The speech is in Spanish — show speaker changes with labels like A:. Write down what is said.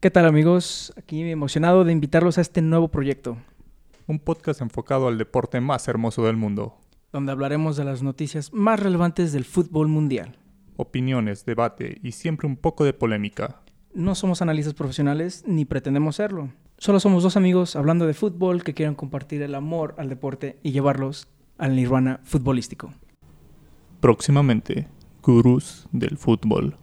A: ¿Qué tal amigos? Aquí emocionado de invitarlos a este nuevo proyecto,
B: Un podcast enfocado al deporte más hermoso del mundo.
A: donde hablaremos de las noticias más relevantes del fútbol mundial.
B: Opiniones, debate y siempre un poco de polémica.
A: No somos analistas profesionales ni pretendemos serlo. Solo somos dos amigos hablando de fútbol que quieren compartir el amor al deporte y llevarlos al nirvana futbolístico.
B: Próximamente, gurús del fútbol.